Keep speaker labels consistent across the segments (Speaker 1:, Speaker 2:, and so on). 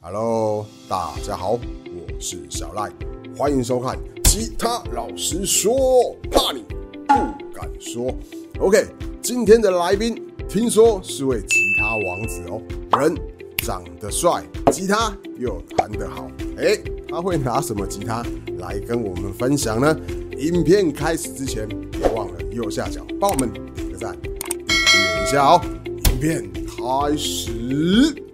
Speaker 1: Hello，大家好，我是小赖，欢迎收看《吉他老实说》，怕你不敢说。OK，今天的来宾听说是位吉他王子哦，人长得帅，吉他又弹得好，诶，他会拿什么吉他来跟我们分享呢？影片开始之前，别忘了右下角帮我们点个赞，订阅一下哦。影片开始。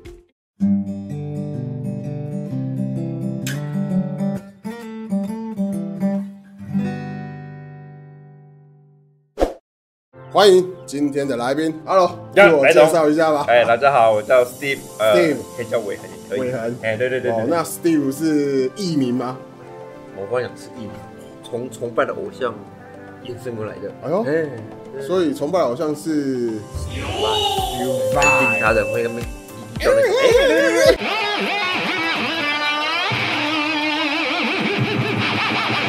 Speaker 1: 欢迎今天的来宾，Hello，自
Speaker 2: 呀
Speaker 1: 我
Speaker 2: 白
Speaker 1: 介
Speaker 2: 总
Speaker 1: 绍一下吧。
Speaker 2: 哎，大家好，我叫 Steve，呃
Speaker 1: Steve
Speaker 2: 可以叫伟恒也可以。
Speaker 1: 伟恒
Speaker 2: 哎，对对对对
Speaker 1: 哦，
Speaker 2: 对
Speaker 1: 那 Steve 是艺名吗？
Speaker 3: 我刚想是艺名，从崇拜的偶像衍生而来的。
Speaker 1: 哎呦
Speaker 3: 哎、
Speaker 1: 所以崇拜偶像是
Speaker 3: 肯哎定他人会那么一叫那个，哎、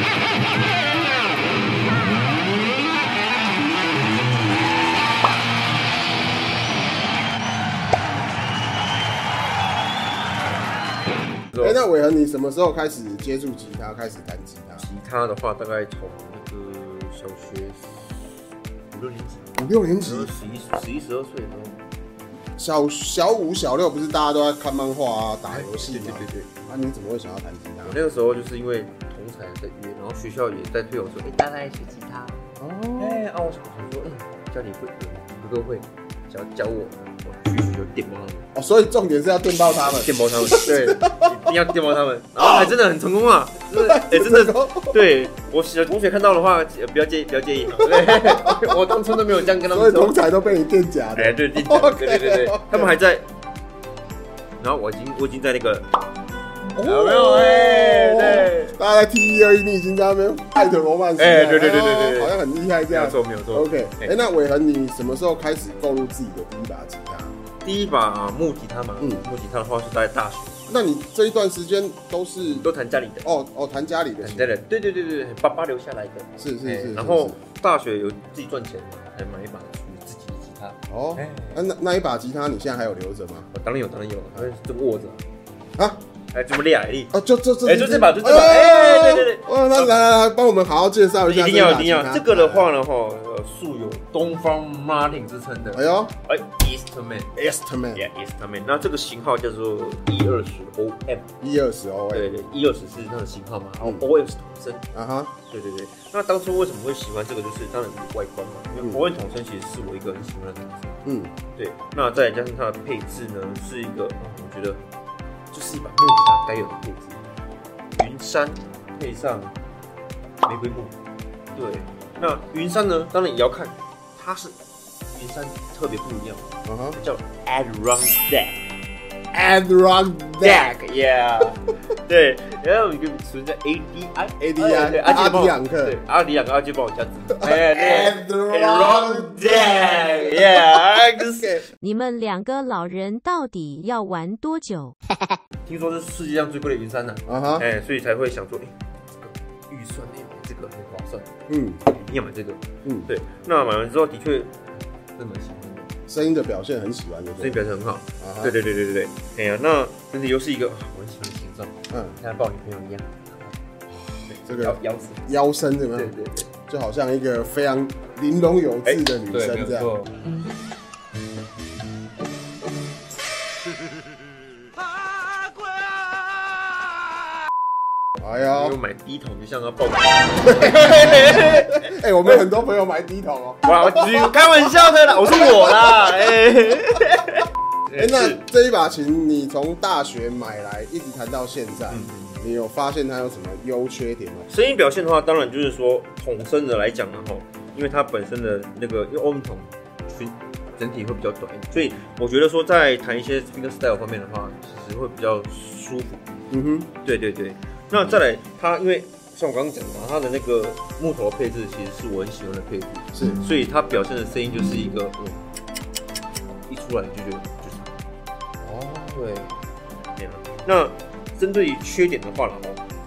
Speaker 1: 哎、那伟恒，你什么时候开始接触吉他，开始弹吉他？
Speaker 3: 吉他的话，大概从那个小学五六年级，
Speaker 1: 五六年级
Speaker 3: 十，二十一十一十二岁的时候，
Speaker 1: 小小五、小六不是大家都在看漫画啊、打游戏
Speaker 3: 对
Speaker 1: 吗
Speaker 3: 对？对对，
Speaker 1: 啊，你怎么会想要弹吉
Speaker 3: 我
Speaker 1: 他？
Speaker 3: 那个时候就是因为同才在约，然后学校也在推我说，哎、大家来学吉他。
Speaker 1: 哦，
Speaker 3: 哎、啊，我想说，嗯，教你会，你哥会，教教我，我去学就电报他
Speaker 1: 哦，所以重点是要电爆他们
Speaker 3: 们，。电报他们，对，一定要电报他们，然后还真的很成功 啊，真的，哎、真的
Speaker 1: 然后
Speaker 3: 对我小同学看到的话，呃不要介意，不要介意。 对 我当初都没有这样跟他
Speaker 1: 所
Speaker 3: 们
Speaker 1: 以同
Speaker 3: 说。
Speaker 1: 才都被你电假的。
Speaker 3: 哎，对对
Speaker 1: OK，
Speaker 3: 对对对对
Speaker 1: OK，
Speaker 3: 他们还在。然后我已经我已经在那个
Speaker 1: 哦
Speaker 3: 有没有哎对
Speaker 1: 大家在 T E 一二一，你已经在那边艾特罗曼史了。
Speaker 3: 哎对对对对对对
Speaker 1: 哦好像很厉害这
Speaker 3: 没有
Speaker 1: 样。
Speaker 3: 错没有错。
Speaker 1: OK，哎、
Speaker 3: 哎
Speaker 1: 那伟恒，你什么时候开始购入自己的第一把吉他？
Speaker 3: 第一把木吉他嘛，
Speaker 1: 嗯
Speaker 3: 木吉他的话是在大学
Speaker 1: 那你这一段时间都是
Speaker 3: 都弹家里的，
Speaker 1: 哦哦弹家里的
Speaker 3: 弹
Speaker 1: 琴，
Speaker 3: 家里的，对对对对，对爸爸留下来的。
Speaker 1: 是是
Speaker 3: 哎
Speaker 1: 是是。
Speaker 3: 然后
Speaker 1: 是
Speaker 3: 大学有自己赚钱，还买一把属于自己的吉他。
Speaker 1: 哦
Speaker 3: 哎，
Speaker 1: 那那那一把吉他你现在还有留着吗？
Speaker 3: 我当然有，当然有，当然是这么握着，
Speaker 1: 啊
Speaker 3: 哎，这么厉害力。
Speaker 1: 啊，就就这
Speaker 3: 哎就这把就这把哎对对对
Speaker 1: 哦，那来来来，帮我们好好介绍一
Speaker 3: 一
Speaker 1: 下，啊
Speaker 3: 定要一定要，这个的，话呢，哈，呃素有东方 Martin 之称的，
Speaker 1: 哎呦
Speaker 3: 哎，Eastman，
Speaker 1: ，Estimate
Speaker 3: yeah Eastman，那这个型号叫做 E 二十 OM，
Speaker 1: 一二十哦 O
Speaker 3: 对
Speaker 1: A，
Speaker 3: 对，E 二十是它的型号嘛，然后
Speaker 1: 嗯
Speaker 3: OM 是统称，
Speaker 1: 啊哈，
Speaker 3: 对对对。那当初为什么会喜欢这个，就是当然是外观嘛，因
Speaker 1: 嗯
Speaker 3: 为 OM 统称其实是我一个很喜欢的东西，
Speaker 1: 嗯，
Speaker 3: 对。那再加上它的配置呢，是一个嗯我觉得就是一把木吉他该有的配置，云杉配上玫瑰木。对，那云山呢？当然也要看，它是云山特别不一样，
Speaker 1: 啊哈
Speaker 3: 它叫 Adirondack
Speaker 1: ，Adirondack
Speaker 3: yeah，对， 然后有一个词叫 A D I 哎
Speaker 1: ADI
Speaker 3: 对，阿杰帮我
Speaker 1: 阿迪两克
Speaker 3: 对，阿迪两克，阿杰帮我加字， 哎对
Speaker 1: Adirondack，
Speaker 3: ，Adirondack yeah，就 是
Speaker 1: ，OK，
Speaker 4: 你们两个老人到底要玩多久？
Speaker 3: 听说是世界上最贵的云山呢，
Speaker 1: 啊哈，
Speaker 3: 哎，所以才会想说，哎，这个预算哎，这个很划算，
Speaker 1: 嗯
Speaker 3: 一定要买这个。
Speaker 1: 嗯，
Speaker 3: 对，那买完之后的确，真的蛮喜欢的，
Speaker 1: 声音的表现很喜欢，对不
Speaker 3: 所以
Speaker 1: 对？
Speaker 3: 表现很好。
Speaker 1: 啊哈
Speaker 3: 对，对对对对对，哎呀，那真的又是一个啊我很喜欢的形状，
Speaker 1: 嗯，
Speaker 3: 像哎抱女朋友一样，啊对
Speaker 1: 这个
Speaker 3: 腰腰子，
Speaker 1: 腰身怎么
Speaker 3: 哎对
Speaker 1: 样？
Speaker 3: 对对，
Speaker 1: 就好像一个非常玲珑有致的女
Speaker 3: 哎对，没
Speaker 1: 生这样。
Speaker 3: 有错。
Speaker 1: 哎
Speaker 3: 因为
Speaker 1: 呦
Speaker 3: 我，买低筒就像要抱女朋
Speaker 1: 哎，我们很多朋友买低筒 哦。
Speaker 3: 友，哇，我只是开玩笑的啦，我说我啦， 哎，
Speaker 1: 哎、那
Speaker 3: 是
Speaker 1: 这一把琴你从大学买来一直弹到现在，
Speaker 3: 嗯
Speaker 1: 你有发现它有什么优缺点吗？
Speaker 3: 声音表现的话，当然就是说筒身的来讲呢，吼，因为它本身的那个，因为欧米筒群整体会比较短一点，所以我觉得说在弹一些 finger style 方面的话，其实会比较舒服。
Speaker 1: 嗯
Speaker 3: 对对对，那再来，它因为像我刚刚讲的嘛，它的那个木头的配置其实是我很喜欢的配置，
Speaker 1: 哼，是
Speaker 3: 所以它表现的声音就是一个，嗯，一出来你就觉得就是
Speaker 1: 哦，
Speaker 3: 对，对啊那针对于缺点的话呢，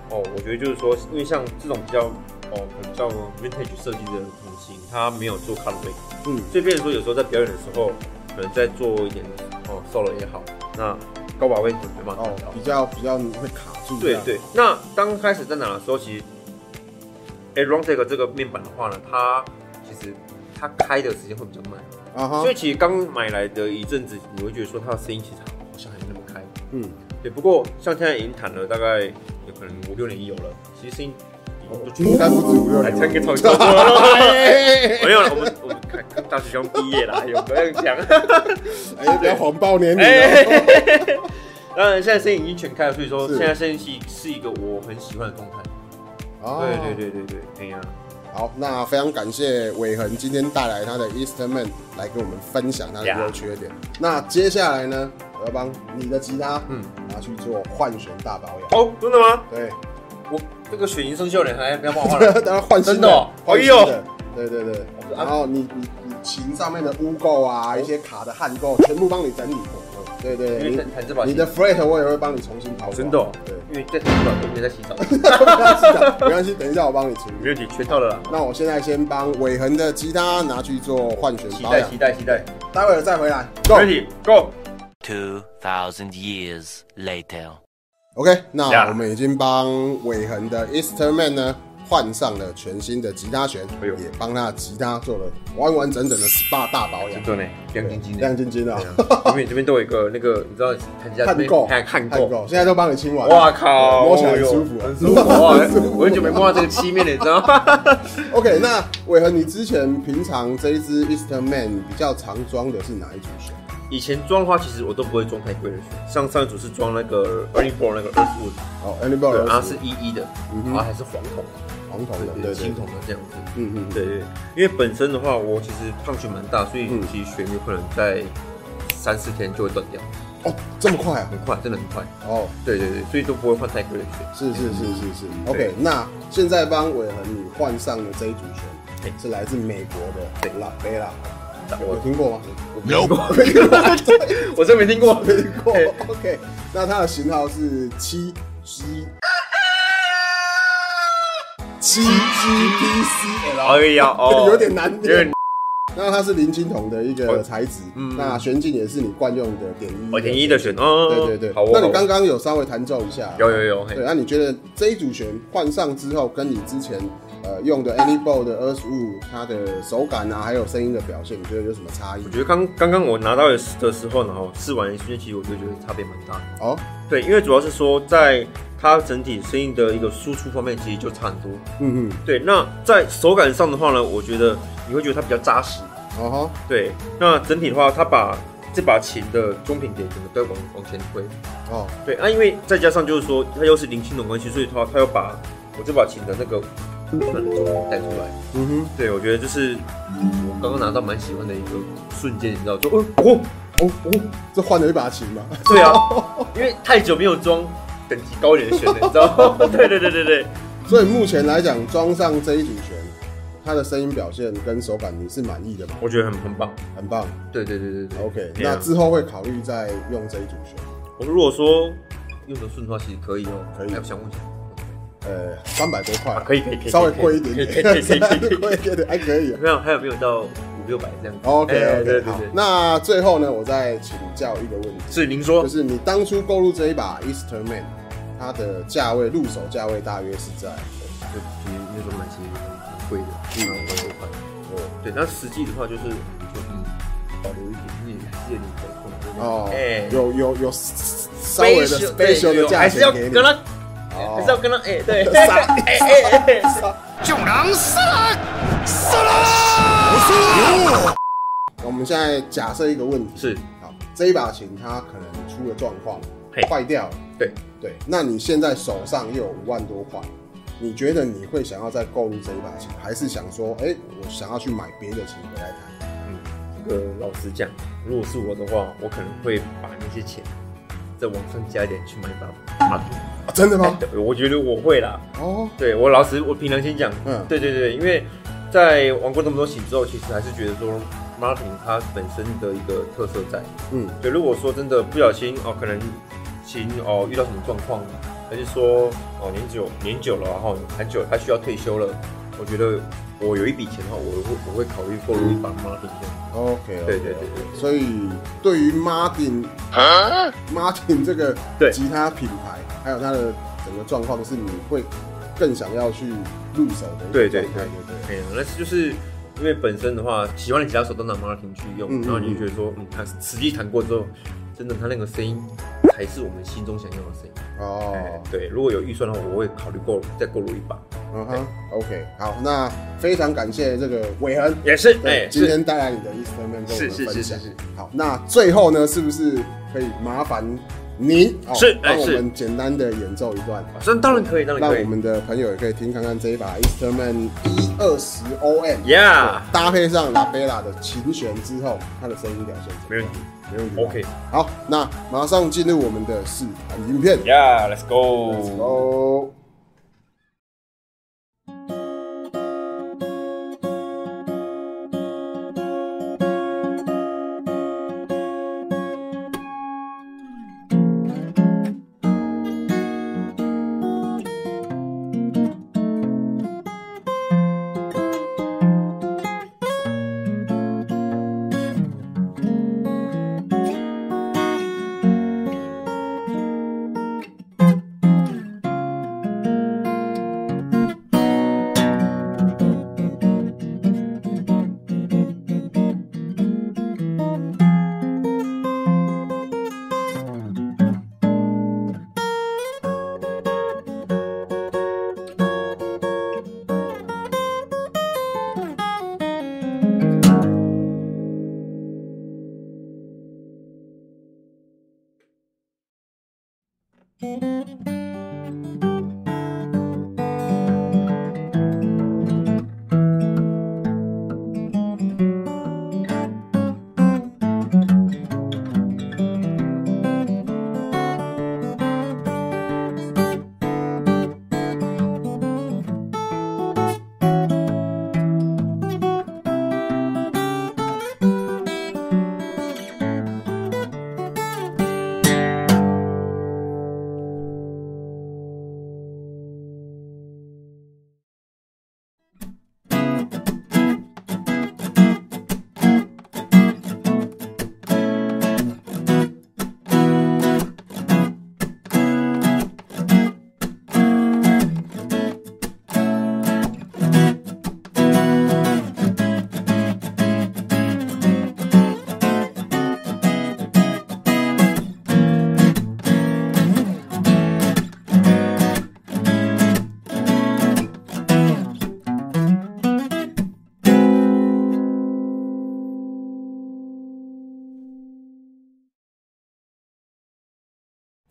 Speaker 3: 哦，哦，我觉得就是说，因为像这种比较哦比较 vintage 设计的桶型，它没有做 colorway，
Speaker 1: 嗯
Speaker 3: 所以变成说有时候在表演的时候，可能在做一点哦 solo 也好，那高把位没办法
Speaker 1: 哦
Speaker 3: 弹到，
Speaker 1: 比较比较会卡住这
Speaker 3: 对
Speaker 1: 样。
Speaker 3: 对，那刚开始在拿的时候，其实 a r o n t a k 这个面板的话呢，它其实它开的时间会比较慢，
Speaker 1: 啊哈
Speaker 3: 所以，其实刚买来的一阵子，你会觉得说它的声音其实好像还没那么开。
Speaker 1: 嗯，
Speaker 3: 对，不过像现在已经弹了大概有可能五六年有了，其实声音已经
Speaker 1: 应该不止五 六
Speaker 3: 还
Speaker 1: 年
Speaker 3: 唱
Speaker 1: 吧。
Speaker 3: 个超超
Speaker 1: 哎
Speaker 3: 没有了，我们我们看大学刚毕业啦，有不要这样讲。
Speaker 1: 哎，不要谎报年龄
Speaker 3: 哎
Speaker 1: 哦。
Speaker 3: 当然，现在声音已经全开了，所以说
Speaker 1: 是
Speaker 3: 现在声音是是一个我很喜欢的状态。
Speaker 1: 哦
Speaker 3: 对对对对对，哎呀，
Speaker 1: 好，那非常感谢伟恒今天带来他的 Easterman 来跟我们分享他的
Speaker 3: Yeah
Speaker 1: 优缺点。那接下来呢，我要帮你的吉他，嗯
Speaker 3: 嗯，
Speaker 1: 拿去做换弦大保养。
Speaker 3: 哦，真的吗？
Speaker 1: 对，
Speaker 3: 我这个水银生锈脸还不要画画了，
Speaker 1: 当然换新
Speaker 3: 真的哦
Speaker 1: 换新
Speaker 3: 哎
Speaker 1: 的
Speaker 3: 呦。
Speaker 1: 对对对，
Speaker 3: 我哦
Speaker 1: 然后你你你琴上面的污垢啊，一些卡的焊垢，全部帮你整理过。对对
Speaker 3: 因为
Speaker 1: 对
Speaker 3: 弹弹这把
Speaker 1: 你，
Speaker 3: 琴
Speaker 1: 你的 fret 我也会帮你重新跑。
Speaker 3: 真的哦
Speaker 1: 对，
Speaker 3: 因为在洗澡，因为在洗澡，
Speaker 1: 没关系啊，没关系，等一下我帮你处
Speaker 3: 没
Speaker 1: 理。
Speaker 3: 问题，全套了啦。
Speaker 1: 那我现在先帮伟恒的吉他拿去做换弦
Speaker 3: 期
Speaker 1: 保
Speaker 3: 待
Speaker 1: 养
Speaker 3: 期，待期待，
Speaker 1: 待会儿再回来。
Speaker 3: 没
Speaker 1: Go。
Speaker 3: 问题，Go。
Speaker 5: 2,000 years later.
Speaker 1: OK，那
Speaker 3: Yeah
Speaker 1: 我们已经帮伟恒的 Easterman 呢换上了全新的吉他弦，
Speaker 3: 哎呦
Speaker 1: 也帮他的吉他做了完完整整的 SPA 大保养
Speaker 3: 真，的呢，亮晶晶
Speaker 1: 亮
Speaker 3: 的。
Speaker 1: 晶晶啊，
Speaker 3: 哎因为这边都有一个那个，你知道弹吉他这
Speaker 1: 看
Speaker 3: 边
Speaker 1: 够，
Speaker 3: 看看够，
Speaker 1: 够，现在都帮你清完。
Speaker 3: 哇靠，
Speaker 1: 摸起来很
Speaker 3: 哎呦
Speaker 1: 舒服啊
Speaker 3: 很舒服哇！我很久没摸到这个漆面了，你知道吗？
Speaker 1: ！OK，那伟恒，你之前平常这一支 Easterman 比较常装的是哪一组弦？
Speaker 3: 以前装的话，其实我都不会装太贵的弦，像上一组是装那个 e a r n i n g Pro 那个二十五，
Speaker 1: 哦 a n y b o
Speaker 3: 对，然
Speaker 1: d
Speaker 3: 后是一一的，
Speaker 1: 嗯哼
Speaker 3: 然后还是黄铜的，
Speaker 1: 黄铜的，
Speaker 3: 对
Speaker 1: 对对
Speaker 3: 对，青，铜的这样子。
Speaker 1: 嗯嗯，
Speaker 3: 对对，对因为本身的话，我其实胖曲蛮大，所以
Speaker 1: 嗯
Speaker 3: 其实弦有可能在三四天就会断掉，
Speaker 1: 哦，这么快啊！
Speaker 3: 很快，真的很快。
Speaker 1: 哦，
Speaker 3: 对对对，所以都不会换太贵的弦。
Speaker 1: 是是是是是
Speaker 3: 对
Speaker 1: ，OK。那现在帮伟恒你换上的这一组弦
Speaker 3: 对
Speaker 1: 是来自美国的拉贝拉，有
Speaker 3: 我
Speaker 1: 听过吗？
Speaker 3: 我没听过， 我真没听过，没听
Speaker 1: 过 OK。那它的型号是七 G 七 GPCL，
Speaker 3: 哎呀，哦，
Speaker 1: 有点难
Speaker 3: 有点
Speaker 1: 念。那它是零青铜的一个材质，
Speaker 3: 嗯
Speaker 1: 那弦径也是你惯用的点一，
Speaker 3: 我点一的选，哦，
Speaker 1: 对对对
Speaker 3: 好哦，。
Speaker 1: 那你刚
Speaker 3: 刚
Speaker 1: 刚有稍微弹奏一下，啊
Speaker 3: 有有有，嘿
Speaker 1: 对，那你觉得这一组弦换上之后，跟你之前呃用的 Anybow 的二十五，它的手感啊，还有声音的表现，你觉得有什么差异
Speaker 3: 我？觉得刚刚刚我拿到的时候，然后试完一瞬间，其实我就觉得差别蛮大的。
Speaker 1: 哦，
Speaker 3: 对，因为主要是说在它整体声音的一个输出方面，其实就差很多。
Speaker 1: 嗯嗯，
Speaker 3: 对，那在手感上的话呢，我觉得你会觉得它比较扎实。
Speaker 1: 哦
Speaker 3: 对，那整体的话，它把这把琴的中频点整个都往往前推。
Speaker 1: 哈，哦，
Speaker 3: 对，啊，因为再加上就是说它又是零青铜关系，所以它它要把我这把琴的那个温暖的中频带出来。
Speaker 1: 嗯哼。
Speaker 3: 对，我觉得就是我刚刚拿到蛮喜欢的一个瞬间，你知道，就哦哦
Speaker 1: 哦哦，这换了一把琴嘛？
Speaker 3: 对啊，因为太久没有装等级高一点的弦了，你知道吗？ 对对对对对，
Speaker 1: 所以目前来讲，装上这一组弦，它的声音表现跟手感你是满意的嘛？
Speaker 3: 我觉得很很棒。
Speaker 1: 很棒。
Speaker 3: 对对对对对
Speaker 1: OK，
Speaker 3: 对
Speaker 1: 那
Speaker 3: 啊
Speaker 1: 之后会考虑再用这一组弦。
Speaker 3: 我如果说用的顺的话，其实可以哦。
Speaker 1: 可以
Speaker 3: 哎我想问一下，
Speaker 1: 呃，三百多块、
Speaker 3: 啊可以可以可以，
Speaker 1: 稍微贵一点
Speaker 3: 可以可以
Speaker 1: 点，
Speaker 3: 可以
Speaker 1: 稍
Speaker 3: 可以可
Speaker 1: 微
Speaker 3: 以可
Speaker 1: 贵一
Speaker 3: 以。
Speaker 1: 点点，还可以啊。
Speaker 3: 没有，还有没有到五六百这样子
Speaker 1: OK
Speaker 3: 哎对
Speaker 1: OK，
Speaker 3: 对
Speaker 1: 好
Speaker 3: 对。。
Speaker 1: 那最后呢，我再请教一个问题，
Speaker 3: 是您
Speaker 1: 就
Speaker 3: 说
Speaker 1: 是你当初购入这一把 Easterman，它的价位入手价位大约是在
Speaker 3: 就其实那种买其实蛮贵的，一百多块。
Speaker 1: 哦
Speaker 3: 对，那实际的话就是，就嗯，保留一点，因为还是有点可控对不对
Speaker 1: 哦
Speaker 3: 哎，
Speaker 1: 有有有稍微的 special 的价
Speaker 3: 还是要
Speaker 1: 钱给
Speaker 3: 跟
Speaker 1: 你，
Speaker 3: 他，
Speaker 1: 哦
Speaker 3: 还是要跟他，哎，对，
Speaker 1: 杀
Speaker 3: 哎哎哎哎，
Speaker 1: 我们现在假设一个问题，
Speaker 3: 是，
Speaker 1: 好，这一把琴它可能出了状况
Speaker 3: 嘿，
Speaker 1: 坏掉了，
Speaker 3: 对
Speaker 1: 对，那你现在手上又有五万多块，你觉得你会想要再购入这一把琴，还是想说，哎、我想要去买别的琴回来弹？
Speaker 3: 嗯，这个老实讲，如果是我的话，我可能会把那些钱再往上加一点去买一把马杜。
Speaker 1: 啊、真的吗？
Speaker 3: 对我觉得我会啦，
Speaker 1: 哦，
Speaker 3: 对我老实，我凭良心讲，
Speaker 1: 嗯
Speaker 3: 对对对，因为在玩过那么多型之后，其实还是觉得说 Martin 它本身的一个特色在。
Speaker 1: 嗯，
Speaker 3: 对，如果说真的不小心哦，可能行哦遇到什么状况，啊还是说哦年久年久了，然后很久他需要退休了，我觉得我有一笔钱的话，我会我会考虑购入一把 Martin 这样。
Speaker 1: OK，哦
Speaker 3: 对对对对
Speaker 1: 所以对于 Martin Martin 这个
Speaker 3: 啊对
Speaker 1: 吉他品牌，还有它的整个状况，是你会更想要去入手的一个
Speaker 3: 对对
Speaker 1: 状态对
Speaker 3: 哎呀，那就是因为本身的话，喜欢的吉他手都拿 Martin 去用，
Speaker 1: 嗯嗯
Speaker 3: 然后你就觉得说，嗯，他实际弹过之后，真的他那个声音才是我们心中想要的声音。哎
Speaker 1: 哦，，
Speaker 3: 对，如果有预算的话，我会考虑购再购入一把。
Speaker 1: 嗯哼，OK，好，那非常感谢这个伟恒，
Speaker 3: 也是，
Speaker 1: 对，
Speaker 3: 哎，
Speaker 1: 今
Speaker 3: 是
Speaker 1: 天带来你的一分面跟我
Speaker 3: 是
Speaker 1: 们
Speaker 3: 是
Speaker 1: 分
Speaker 3: 是是
Speaker 1: 享。
Speaker 3: 是，
Speaker 1: 好，那最后呢，是不是可以麻烦您哦
Speaker 3: 是哎
Speaker 1: 帮我
Speaker 3: 是
Speaker 1: 们简单的演奏一段？
Speaker 3: 这当然可以，当然
Speaker 1: 让
Speaker 3: 可以
Speaker 1: 我。们的朋友也可以听看看这一把 Easterman 一二十 OM，
Speaker 3: Yeah，
Speaker 1: 搭配上拉贝拉的琴弦之后，它的声音表现怎
Speaker 3: 没
Speaker 1: 么
Speaker 3: 问
Speaker 1: 样
Speaker 3: 题。
Speaker 1: 没问题吧。
Speaker 3: OK
Speaker 1: 好，那马上进入我们的试弹影片。
Speaker 2: Yeah，let's
Speaker 1: Let's
Speaker 2: go。
Speaker 1: go。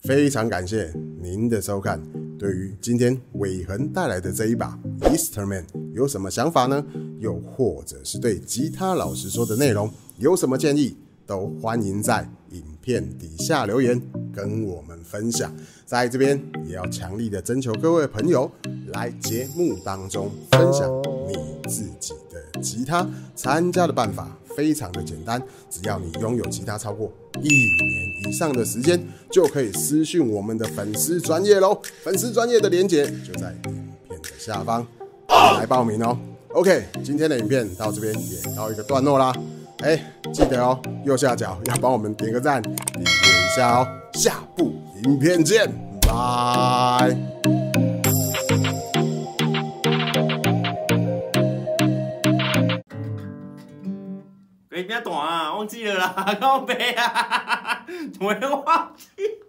Speaker 1: 非常感谢您的收看。对于今天伟恒带来的这一把 Easterman 有什么想法呢？又或者是对吉他老师说的内容有什么建议？都欢迎在影片底下留言跟我们分享。在这边也要强力的征求各位朋友来节目当中分享你自己的吉他。参加的办法非常的简单，只要你拥有吉他超过一年以上的时间，就可以私讯我们的粉丝专业喽。粉丝专业的连接就在影片的下方，来报名哦。OK，今天的影片到这边也到一个段落啦。哎、记得哦，右下角要帮我们点个赞，订阅一下哦。下部影片见，拜。
Speaker 6: 鬼名大啊，忘记了 啦，告白啊，我忘记。